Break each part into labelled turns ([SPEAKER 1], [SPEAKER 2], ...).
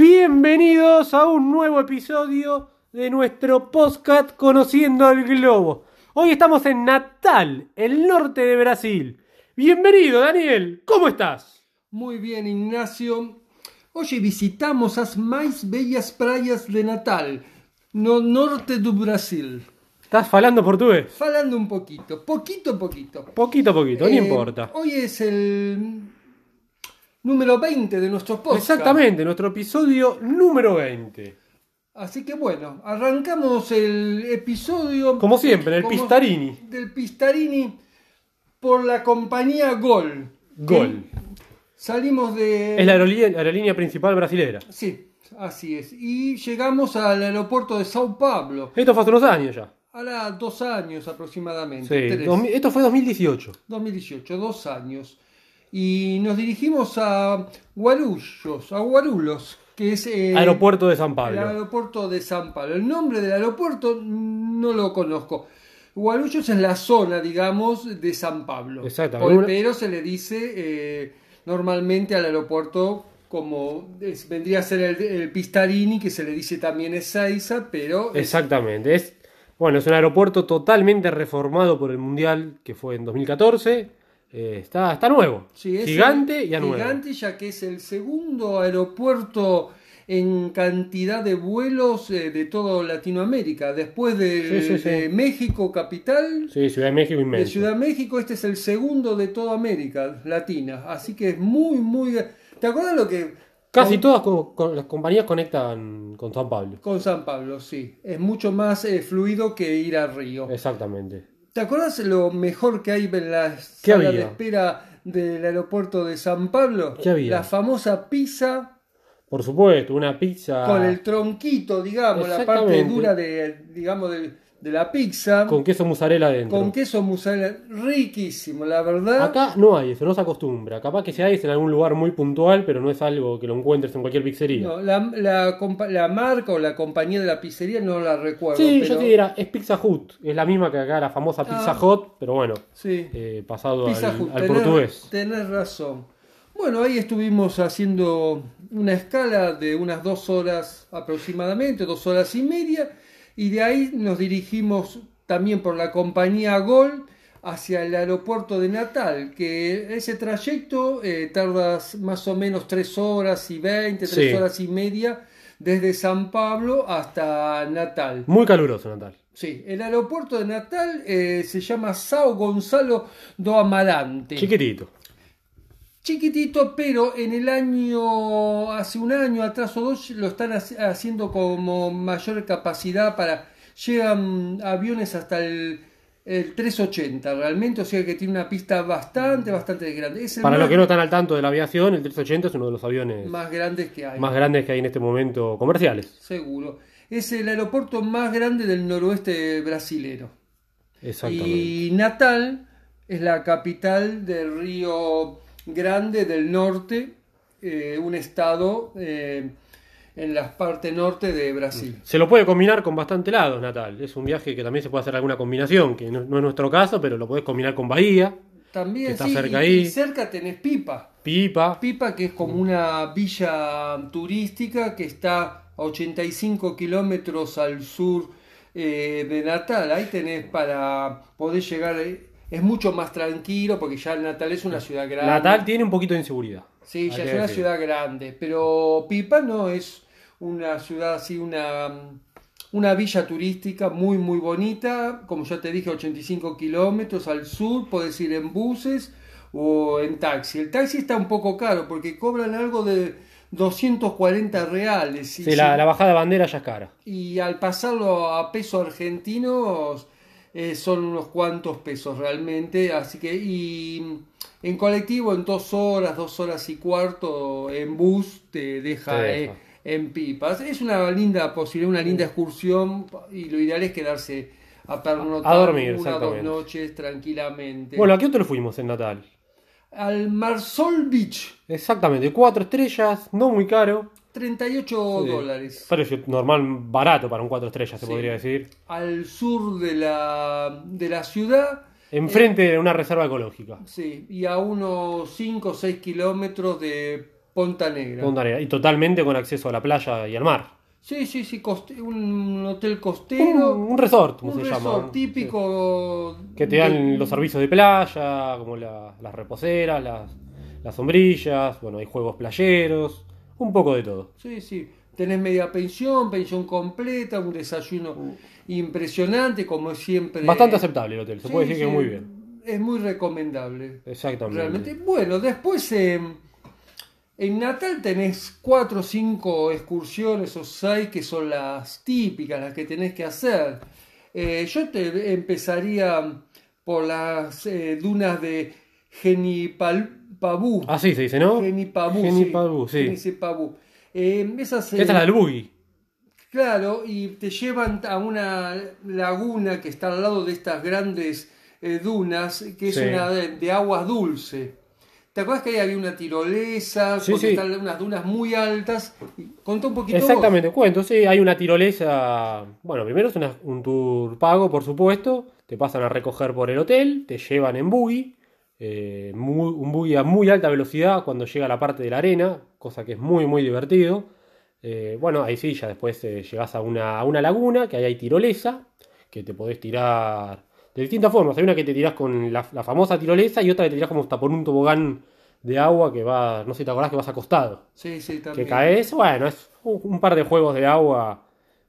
[SPEAKER 1] Bienvenidos a un nuevo episodio de nuestro podcast Conociendo el Globo. Hoy estamos en Natal, el norte de Brasil. Bienvenido, Daniel. ¿Cómo estás?
[SPEAKER 2] Muy bien, Ignacio. Hoy visitamos as mais bellas praias de Natal, no norte do Brasil.
[SPEAKER 1] ¿Estás falando portugués?
[SPEAKER 2] Falando un poquito, poquito a poquito.
[SPEAKER 1] Poquito a poquito,
[SPEAKER 2] Eh,
[SPEAKER 1] no importa.
[SPEAKER 2] Hoy es el número 20 de nuestro podcast.
[SPEAKER 1] Exactamente, nuestro episodio número 20.
[SPEAKER 2] Así que bueno, arrancamos el episodio.
[SPEAKER 1] Como siempre, el Pistarini.
[SPEAKER 2] Del Pistarini por la compañía Gol.
[SPEAKER 1] Gol.
[SPEAKER 2] Salimos de.
[SPEAKER 1] Es la aerolínea, la aerolínea principal brasilera.
[SPEAKER 2] Sí, así es. Y llegamos al aeropuerto de Sao Pablo.
[SPEAKER 1] Esto fue hace unos años ya.
[SPEAKER 2] Ahora dos años aproximadamente.
[SPEAKER 1] Sí,
[SPEAKER 2] tres.
[SPEAKER 1] dos mil- esto fue 2018.
[SPEAKER 2] 2018, dos años. Y nos dirigimos a Guarullos, a Guarulos, que es el
[SPEAKER 1] Aeropuerto de San
[SPEAKER 2] el
[SPEAKER 1] Pablo.
[SPEAKER 2] aeropuerto de San Pablo. El nombre del aeropuerto no lo conozco. Guarullos es la zona, digamos, de San Pablo.
[SPEAKER 1] Exactamente.
[SPEAKER 2] Por- Pero se le dice eh, normalmente al aeropuerto como es- vendría a ser el, el Pistarini, que se le dice también Ezeiza, pero
[SPEAKER 1] Exactamente. Es, bueno, es un aeropuerto totalmente reformado por el Mundial que fue en 2014. Eh, está, está nuevo.
[SPEAKER 2] Sí, es
[SPEAKER 1] gigante
[SPEAKER 2] el-
[SPEAKER 1] y a nuevo.
[SPEAKER 2] Gigante, ya que es el segundo aeropuerto en cantidad de vuelos eh, de toda Latinoamérica. Después de,
[SPEAKER 1] Sí, sí, sí.
[SPEAKER 2] de México capital,
[SPEAKER 1] Sí, Ciudad de México
[SPEAKER 2] de
[SPEAKER 1] inmenso.
[SPEAKER 2] Ciudad de México, este es el segundo de toda América Latina. Así que es muy, muy... ¿Te acuerdas lo que...
[SPEAKER 1] Casi
[SPEAKER 2] con,
[SPEAKER 1] todas co- co- las compañías conectan con San Pablo.
[SPEAKER 2] con San Pablo, sí. Es mucho más eh, fluido que ir a Río.
[SPEAKER 1] Eh. Exactamente.
[SPEAKER 2] ¿Te acuerdas lo mejor que hay en la
[SPEAKER 1] ¿Qué
[SPEAKER 2] sala
[SPEAKER 1] había?
[SPEAKER 2] de espera del aeropuerto de San Pablo?
[SPEAKER 1] ¿Qué había?
[SPEAKER 2] La famosa pizza
[SPEAKER 1] Por supuesto, una pizza
[SPEAKER 2] con el tronquito, digamos, la
[SPEAKER 1] Ah.
[SPEAKER 2] parte
[SPEAKER 1] Exactamente.
[SPEAKER 2] dura de, digamos, de, de la pizza, con,
[SPEAKER 1] con queso mozzarella adentro.
[SPEAKER 2] queso mozzarella, riquísimo, la verdad.
[SPEAKER 1] Acá no hay eso, no se acostumbra. Capaz que sea es en algún lugar muy puntual, pero no es algo que lo encuentres en cualquier pizzería.
[SPEAKER 2] No, la, la compa- la marca o la compañía de la pizzería no la recuerdo.
[SPEAKER 1] sí, yo
[SPEAKER 2] pero-
[SPEAKER 1] te diría, es Pizza Hut. Es la misma que acá la famosa Pizza
[SPEAKER 2] Ah.
[SPEAKER 1] Hut, pero bueno,
[SPEAKER 2] Sí.
[SPEAKER 1] eh, pasado
[SPEAKER 2] Pizza
[SPEAKER 1] al,
[SPEAKER 2] Hut,
[SPEAKER 1] al
[SPEAKER 2] tenés-
[SPEAKER 1] portugués.
[SPEAKER 2] Tenés razón. Bueno, ahí estuvimos haciendo una escala de unas dos horas aproximadamente, dos horas y media, y de ahí nos dirigimos también por la compañía Gol hacia el aeropuerto de Natal, que ese trayecto eh, tardas más o menos tres horas y veinte, tres
[SPEAKER 1] Sí.
[SPEAKER 2] horas y media desde San Pablo hasta Natal.
[SPEAKER 1] Muy caluroso, Natal.
[SPEAKER 2] Sí, el aeropuerto de Natal eh, se llama Sao Gonzalo do Amarante.
[SPEAKER 1] Chiquitito.
[SPEAKER 2] Chiquitito, pero en el año, hace un año atrás o dos, lo están haci- haciendo como mayor capacidad para... Llegan aviones hasta el, el 380 realmente, o sea que tiene una pista bastante, bastante grande. Es
[SPEAKER 1] Mm.
[SPEAKER 2] el
[SPEAKER 1] Para
[SPEAKER 2] más,
[SPEAKER 1] los que no están al tanto de la aviación, el 380 es uno de los aviones
[SPEAKER 2] más grande que hay.
[SPEAKER 1] más grandes que hay en este momento comerciales.
[SPEAKER 2] Seguro. Es el aeropuerto más grande del noroeste brasilero.
[SPEAKER 1] Exactamente.
[SPEAKER 2] Y Natal es la capital del Río Grande del Norte, eh, un estado eh, en la parte norte de Brasil.
[SPEAKER 1] Se lo puede combinar con bastante lados, Natal. Es un viaje que también se puede hacer alguna combinación, que no, no es nuestro caso, pero lo podés combinar con Bahía,
[SPEAKER 2] También
[SPEAKER 1] Que está
[SPEAKER 2] sí,
[SPEAKER 1] cerca
[SPEAKER 2] y-
[SPEAKER 1] ahí. Mm.
[SPEAKER 2] y cerca tenés Pipa.
[SPEAKER 1] Pipa.
[SPEAKER 2] Pipa que es como una villa turística que está a 85 kilómetros al sur eh, de Natal. Ahí tenés para poder llegar, eh, es mucho más tranquilo porque ya Natal es una ciudad grande.
[SPEAKER 1] Natal tiene un poquito de inseguridad. Hay
[SPEAKER 2] Sí, ya
[SPEAKER 1] que
[SPEAKER 2] es una
[SPEAKER 1] decir.
[SPEAKER 2] ciudad grande, pero Pipa no es una ciudad así, una, una villa turística muy, muy bonita, como ya te dije, 85 kilómetros al sur, podés ir en buses o en taxi. El taxi está un poco caro porque cobran algo de 240 reales. y
[SPEAKER 1] Sí,
[SPEAKER 2] si-
[SPEAKER 1] la, la bajada bandera ya es cara.
[SPEAKER 2] y al pasarlo a peso argentinos eh, son unos cuantos pesos realmente así que y en colectivo en dos horas dos horas y cuarto en bus te deja,
[SPEAKER 1] Te deja.
[SPEAKER 2] eh, en pipas es una linda posibilidad una linda excursión y lo ideal es quedarse a pernotar
[SPEAKER 1] A dormir,
[SPEAKER 2] una o dos
[SPEAKER 1] exactamente.
[SPEAKER 2] noches tranquilamente
[SPEAKER 1] Bueno, ¿a qué otro fuimos en Natal?
[SPEAKER 2] al Marsol Beach
[SPEAKER 1] Exactamente, cuatro estrellas, no muy caro.
[SPEAKER 2] 38 dólares
[SPEAKER 1] Precio normal, barato para un cuatro estrellas, se podría decir.
[SPEAKER 2] al sur de la, de la ciudad
[SPEAKER 1] Enfrente de una reserva ecológica.
[SPEAKER 2] Sí, y a unos 5 o 6 kilómetros de Ponta Negra.
[SPEAKER 1] Punta Negra. Y totalmente con acceso a la playa y al mar.
[SPEAKER 2] Sí, sí, sí, coste- un hotel
[SPEAKER 1] Un,
[SPEAKER 2] costero.
[SPEAKER 1] un resort, como
[SPEAKER 2] un
[SPEAKER 1] Uh, se
[SPEAKER 2] resort
[SPEAKER 1] llama.
[SPEAKER 2] típico.
[SPEAKER 1] Sí. Que te
[SPEAKER 2] de-
[SPEAKER 1] dan los servicios de playa, como la- las reposeras, las, las sombrillas, bueno, hay juegos playeros, un poco de todo.
[SPEAKER 2] Sí, sí. Tenés media pensión, pensión completa, un desayuno impresionante, como siempre.
[SPEAKER 1] Uh. Bastante aceptable el hotel, se
[SPEAKER 2] Eh, Sí,
[SPEAKER 1] puede decir que
[SPEAKER 2] sí,
[SPEAKER 1] muy bien.
[SPEAKER 2] Es muy recomendable.
[SPEAKER 1] Exactamente.
[SPEAKER 2] Realmente. Bueno, después eh, en Natal tenés cuatro o cinco excursiones o seis que son las típicas, las que tenés que hacer. Eh, yo te empezaría por las eh, dunas de Genipabú.
[SPEAKER 1] Así se dice, ¿no?
[SPEAKER 2] Genipabú,
[SPEAKER 1] Genipabú, Ah, sí.
[SPEAKER 2] Genipabú. Eh, esas, eh,
[SPEAKER 1] Esta es la del buggy.
[SPEAKER 2] Claro, y te llevan a una laguna que está al lado de estas grandes eh, dunas, que es
[SPEAKER 1] Sí.
[SPEAKER 2] una de, de aguas dulce. ¿Te acuerdas que ahí había una tirolesa?
[SPEAKER 1] Sí,
[SPEAKER 2] porque
[SPEAKER 1] sí.
[SPEAKER 2] están unas dunas muy altas. Contá un poquito vos.
[SPEAKER 1] Exactamente, cuento, sí, hay una tirolesa. Bueno, primero es una- un tour pago, por supuesto. Te pasan a recoger por el hotel, te llevan en buggy, eh, muy- un buggy a muy alta velocidad cuando llega a la parte de la arena, cosa que es muy, muy divertido. Eh, bueno, ahí sí, ya después eh, llegás a una, a una laguna, que ahí hay tirolesa, que te podés tirar de distintas formas. Hay una que te tirás con la, la famosa tirolesa y otra que te tirás como hasta por un tobogán de agua que va, no sé si te acordás que vas acostado
[SPEAKER 2] Sí, sí,
[SPEAKER 1] que
[SPEAKER 2] también.
[SPEAKER 1] caes, bueno, es un un par de juegos de agua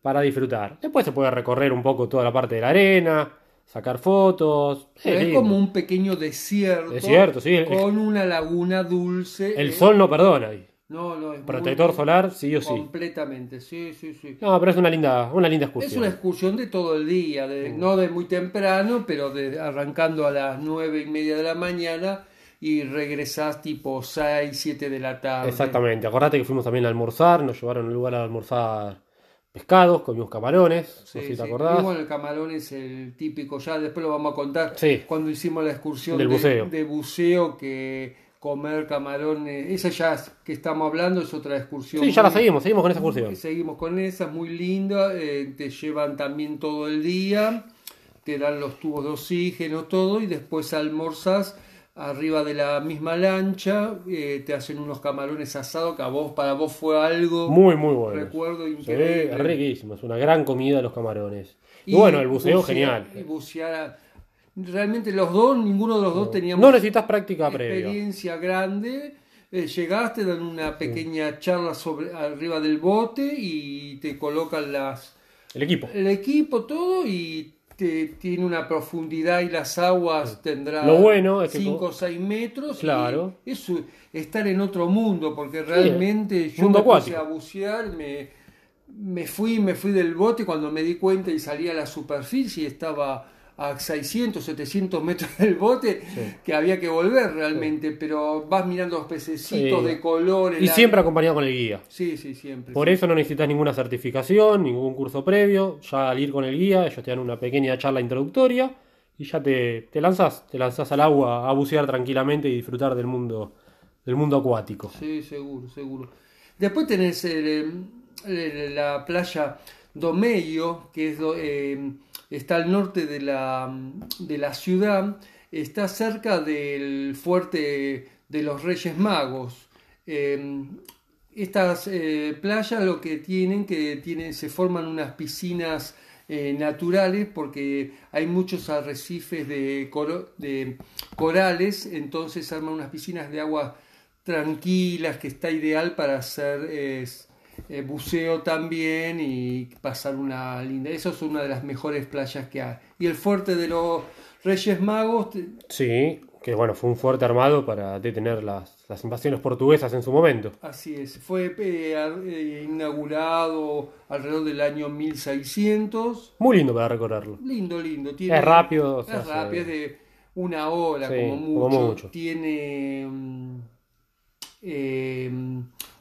[SPEAKER 1] para disfrutar. Después se puede recorrer un poco toda la parte de la arena, sacar fotos. Sí,
[SPEAKER 2] Es
[SPEAKER 1] lindo.
[SPEAKER 2] como un pequeño desierto.
[SPEAKER 1] Desierto, sí, el-
[SPEAKER 2] Con una laguna dulce.
[SPEAKER 1] El
[SPEAKER 2] eh,
[SPEAKER 1] sol no perdona ahí.
[SPEAKER 2] No, no, es muy-
[SPEAKER 1] Protector solar, sí o sí.
[SPEAKER 2] Completamente, sí, sí, sí.
[SPEAKER 1] No, pero es una linda, una linda
[SPEAKER 2] Es
[SPEAKER 1] excursión.
[SPEAKER 2] una excursión de todo el día, de-
[SPEAKER 1] Mm.
[SPEAKER 2] no de muy temprano, pero de, arrancando a las nueve y media de la mañana y regresás tipo 6, 7 de la tarde.
[SPEAKER 1] Exactamente. Acordate que fuimos también a almorzar, nos llevaron a un lugar a almorzar pescados, comimos camarones, no sé
[SPEAKER 2] Sí,
[SPEAKER 1] si
[SPEAKER 2] sí.
[SPEAKER 1] te acordás.
[SPEAKER 2] Y bueno, el camarón es el típico, ya después lo vamos a contar
[SPEAKER 1] Sí.
[SPEAKER 2] cuando hicimos la excursión
[SPEAKER 1] Del
[SPEAKER 2] de,
[SPEAKER 1] buceo.
[SPEAKER 2] de buceo que comer camarones, esa ya es- que estamos hablando es otra excursión.
[SPEAKER 1] sí, ya la
[SPEAKER 2] muy-
[SPEAKER 1] seguimos, seguimos con esa excursión.
[SPEAKER 2] Seguimos con esa, es muy linda, eh, te llevan también todo el día, te dan los tubos de oxígeno, todo, y después almorzas arriba de la misma lancha, eh, te hacen unos camarones asados, que a vos, para vos fue algo,
[SPEAKER 1] Muy, muy bueno.
[SPEAKER 2] recuerdo
[SPEAKER 1] Sí, es
[SPEAKER 2] increíble.
[SPEAKER 1] riquísimo, es una gran comida los camarones. Y, bueno, el buceo,
[SPEAKER 2] bucear-
[SPEAKER 1] genial.
[SPEAKER 2] y bucear, realmente los dos, ninguno de los dos teníamos
[SPEAKER 1] No necesitas práctica previa.
[SPEAKER 2] experiencia grande. eh, llegaste, dan una pequeña charla sobre arriba del bote y te colocan las
[SPEAKER 1] El equipo.
[SPEAKER 2] el equipo todo y te tiene una profundidad y las aguas tendrán
[SPEAKER 1] Lo bueno es que
[SPEAKER 2] 5 o 6 metros. y
[SPEAKER 1] Claro.
[SPEAKER 2] Es un- estar en otro mundo, porque realmente yo
[SPEAKER 1] mundo
[SPEAKER 2] me puse
[SPEAKER 1] acuático.
[SPEAKER 2] a bucear, me, me fui, me fui del bote cuando me di cuenta y salí a la superficie y estaba a 600, 700 metros del bote, que había que volver realmente, pero vas mirando los pececitos
[SPEAKER 1] Sí.
[SPEAKER 2] de colores.
[SPEAKER 1] Y
[SPEAKER 2] la-
[SPEAKER 1] siempre acompañado con el guía.
[SPEAKER 2] Sí, sí, siempre.
[SPEAKER 1] Por eso no necesitas ninguna certificación, ningún curso previo. Ya al ir con el guía, ellos te dan una pequeña charla introductoria y ya te, te lanzas, te lanzas al agua a bucear tranquilamente y disfrutar del mundo, del mundo acuático.
[SPEAKER 2] Sí, seguro, seguro. Después tenés el, eh, el- la playa Domeio, que es, do- eh, está al norte de la, de la ciudad, está cerca del fuerte de los Reyes Magos. Eh, estas eh, playas lo que tienen, que tienen, se forman unas piscinas eh, naturales porque hay muchos arrecifes de, coro- de corales, entonces arman unas piscinas de agua tranquilas que está ideal para hacer es, eh, buceo también y pasar una linda. Eso es una de las mejores playas que hay. Y el fuerte de los Reyes Magos, te-
[SPEAKER 1] Sí, que bueno, fue un fuerte armado para detener las, las invasiones portuguesas en su momento.
[SPEAKER 2] Así es, fue eh, ar- eh, inaugurado alrededor del año 1600.
[SPEAKER 1] Muy lindo para recorrerlo.
[SPEAKER 2] Lindo, lindo. Tiene,
[SPEAKER 1] Es rápido. o sea,
[SPEAKER 2] es rápido, es
[SPEAKER 1] se-
[SPEAKER 2] de una hora
[SPEAKER 1] Sí,
[SPEAKER 2] como mucho.
[SPEAKER 1] como mucho.
[SPEAKER 2] Tiene mm, eh,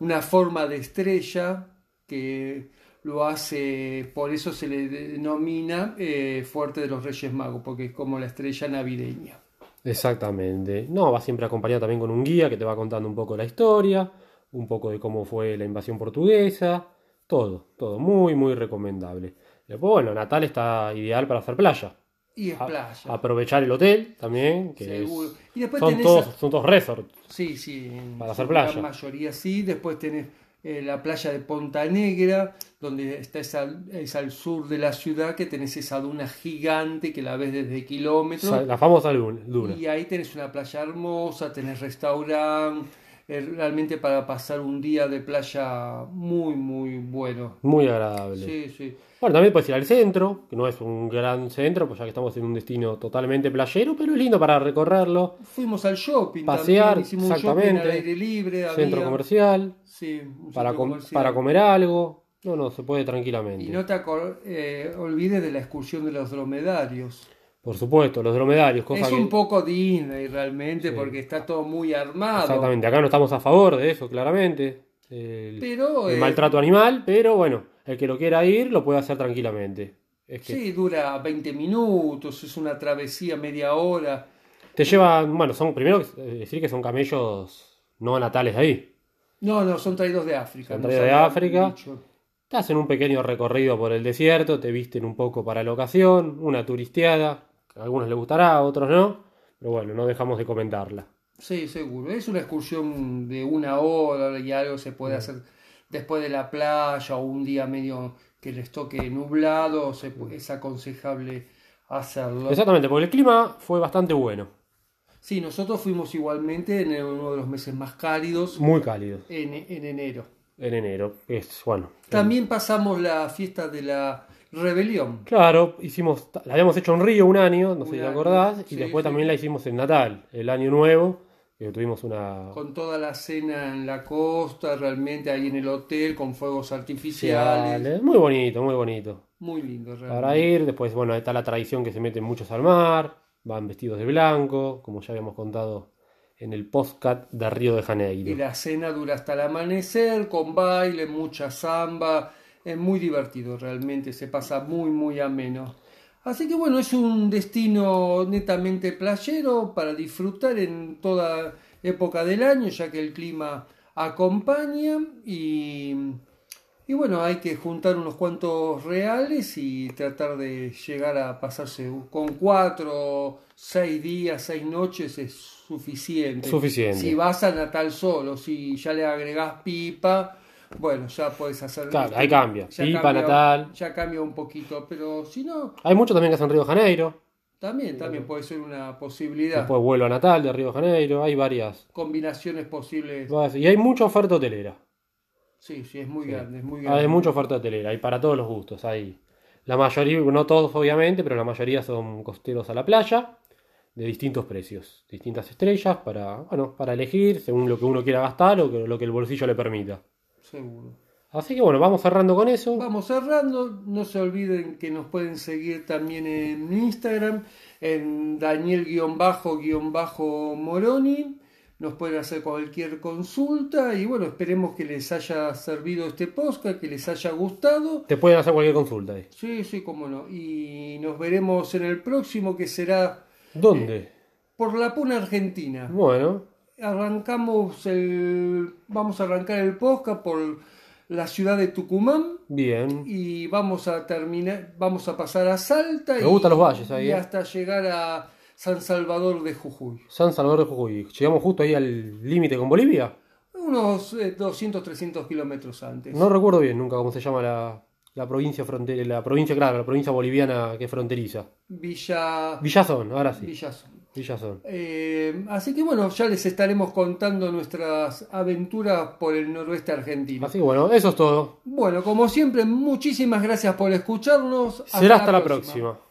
[SPEAKER 2] una forma de estrella que lo hace, por eso se le denomina eh, Fuerte de los Reyes Magos, porque es como la estrella navideña.
[SPEAKER 1] Exactamente. No, va siempre acompañado también con un guía que te va contando un poco la historia, un poco de cómo fue la invasión portuguesa, todo, todo, muy, muy recomendable. Después, bueno, Natal está ideal para hacer playa.
[SPEAKER 2] Y es
[SPEAKER 1] a-
[SPEAKER 2] playa.
[SPEAKER 1] aprovechar el hotel también, Ah, que es-
[SPEAKER 2] Seguro. Y después
[SPEAKER 1] son,
[SPEAKER 2] tenés
[SPEAKER 1] todos, son todos resorts.
[SPEAKER 2] Sí, sí. en
[SPEAKER 1] Para hacer
[SPEAKER 2] su gran
[SPEAKER 1] playa.
[SPEAKER 2] mayoría sí. Después tenés eh, la playa de Ponta Negra, donde está esa- es al sur de la ciudad, que tenés esa duna gigante que la ves desde kilómetros.
[SPEAKER 1] Sa- La famosa luna. duna.
[SPEAKER 2] Y ahí tenés una playa hermosa, tenés restaurante, eh, realmente para pasar un día de playa muy, muy bueno.
[SPEAKER 1] Muy agradable.
[SPEAKER 2] Sí, sí.
[SPEAKER 1] Bueno, también puedes ir al centro, que no es un gran centro, pues ya que estamos en un destino totalmente playero, pero es lindo para recorrerlo.
[SPEAKER 2] Fuimos al shopping
[SPEAKER 1] Pasear,
[SPEAKER 2] también, hicimos un shopping al
[SPEAKER 1] exactamente.
[SPEAKER 2] aire libre,
[SPEAKER 1] centro
[SPEAKER 2] había-
[SPEAKER 1] comercial,
[SPEAKER 2] sí, un
[SPEAKER 1] para,
[SPEAKER 2] centro
[SPEAKER 1] com-
[SPEAKER 2] comercial.
[SPEAKER 1] para comer algo. No, no, se puede
[SPEAKER 2] Y
[SPEAKER 1] tranquilamente.
[SPEAKER 2] no te acor- eh, olvides de la excursión de los dromedarios.
[SPEAKER 1] Por supuesto, los dromedarios, cosa
[SPEAKER 2] es
[SPEAKER 1] que...
[SPEAKER 2] un poco Disney realmente, porque está todo muy armado.
[SPEAKER 1] Exactamente, acá no estamos a favor de eso, claramente. El,
[SPEAKER 2] Pero
[SPEAKER 1] el
[SPEAKER 2] eh,
[SPEAKER 1] maltrato animal, pero bueno, el que lo quiera ir lo puede hacer tranquilamente. Es que
[SPEAKER 2] sí, dura 20 minutos, es una travesía media hora.
[SPEAKER 1] te llevan, bueno, son primero eh, decir que son camellos no natales de ahí.
[SPEAKER 2] No, no, son traídos de África.
[SPEAKER 1] Son
[SPEAKER 2] nos
[SPEAKER 1] traídos de
[SPEAKER 2] habían
[SPEAKER 1] África.
[SPEAKER 2] dicho.
[SPEAKER 1] Te hacen un pequeño recorrido por el desierto, te visten un poco para la ocasión, una turisteada, que a algunos les gustará, a otros no, pero bueno, no dejamos de comentarla.
[SPEAKER 2] Sí, seguro. Es una excursión de una hora y algo se puede hacer después de la playa o un día medio que les toque nublado. se pu- es aconsejable hacerlo.
[SPEAKER 1] Exactamente, porque el clima fue bastante bueno,
[SPEAKER 2] Sí, nosotros fuimos igualmente en uno de los meses más cálidos,
[SPEAKER 1] muy cálido
[SPEAKER 2] en, en enero.
[SPEAKER 1] en enero. Es bueno.
[SPEAKER 2] También pasamos la fiesta de la rebelión.
[SPEAKER 1] Claro, hicimos, la habíamos hecho en Río un año, no sé
[SPEAKER 2] Un
[SPEAKER 1] si te
[SPEAKER 2] año,
[SPEAKER 1] acordás, y
[SPEAKER 2] sí,
[SPEAKER 1] después
[SPEAKER 2] sí.
[SPEAKER 1] también la hicimos en Natal, el año nuevo, que tuvimos una...
[SPEAKER 2] Con toda la cena en la costa, realmente ahí en el hotel, con fuegos artificiales.
[SPEAKER 1] Muy bonito, muy bonito.
[SPEAKER 2] Muy lindo, realmente.
[SPEAKER 1] Para ir, después, bueno, está la tradición que se meten muchos al mar, van vestidos de blanco, como ya habíamos contado en el podcast de Río de
[SPEAKER 2] Y
[SPEAKER 1] Janeiro.
[SPEAKER 2] la cena dura hasta el amanecer, con baile, mucha samba. Es muy divertido realmente, se pasa muy, muy ameno. Así que bueno, es un destino netamente playero para disfrutar en toda época del año, ya que el clima acompaña y, y bueno, hay que juntar unos cuantos reales y tratar de llegar a pasarse con cuatro, seis días, seis noches es suficiente.
[SPEAKER 1] Suficiente.
[SPEAKER 2] Si vas a Natal solo, si ya le agregás pipa, bueno, ya puedes hacer.
[SPEAKER 1] Claro, ahí cambia. Pipa, Natal.
[SPEAKER 2] Ya cambia un poquito, pero si no,
[SPEAKER 1] Hay mucho también que hacen Río de Janeiro,
[SPEAKER 2] también, también puede ser una posibilidad.
[SPEAKER 1] después vuelo a Natal de Río de Janeiro, hay varias.
[SPEAKER 2] Combinaciones posibles.
[SPEAKER 1] varias- Y hay mucha oferta hotelera.
[SPEAKER 2] Sí, sí, es muy grande, es muy grande.
[SPEAKER 1] Hay mucha Ah, oferta hotelera, hay para todos los gustos. Hay la mayoría, no todos obviamente, pero la mayoría son costeros a la playa, de distintos precios, distintas estrellas para, bueno, para elegir según lo que uno quiera gastar o que- lo que el bolsillo le permita.
[SPEAKER 2] Seguro.
[SPEAKER 1] Así que bueno, vamos cerrando con eso.
[SPEAKER 2] Vamos cerrando, no se olviden que nos pueden seguir también en Instagram, en Daniel-Moroni, nos pueden hacer cualquier consulta y bueno, esperemos que les haya servido este podcast, que les haya gustado.
[SPEAKER 1] Te pueden hacer cualquier consulta ahí.
[SPEAKER 2] Sí, sí, cómo no. Y nos veremos en el próximo que será
[SPEAKER 1] ¿Dónde?
[SPEAKER 2] por la Puna Argentina.
[SPEAKER 1] Bueno,
[SPEAKER 2] Arrancamos el, vamos a arrancar el podcast por la ciudad de Tucumán.
[SPEAKER 1] bien.
[SPEAKER 2] y vamos a terminar, vamos a pasar a Salta
[SPEAKER 1] Me
[SPEAKER 2] y,
[SPEAKER 1] gustan los valles ahí,
[SPEAKER 2] y
[SPEAKER 1] eh.
[SPEAKER 2] hasta llegar a San Salvador de Jujuy.
[SPEAKER 1] San Salvador de Jujuy. Llegamos justo ahí al límite con Bolivia.
[SPEAKER 2] Unos eh, 200, 300 kilómetros antes.
[SPEAKER 1] No recuerdo bien nunca cómo se llama la, la provincia fronteriza, la provincia, claro, la provincia boliviana que es fronteriza.
[SPEAKER 2] Villa,
[SPEAKER 1] Villazón, ahora sí.
[SPEAKER 2] Villazón.
[SPEAKER 1] Villazón.
[SPEAKER 2] Eh, así que bueno, ya les estaremos contando nuestras aventuras por el noroeste argentino.
[SPEAKER 1] Así que bueno, eso es todo.
[SPEAKER 2] Bueno, como siempre, muchísimas gracias por escucharnos.
[SPEAKER 1] Será hasta la próxima.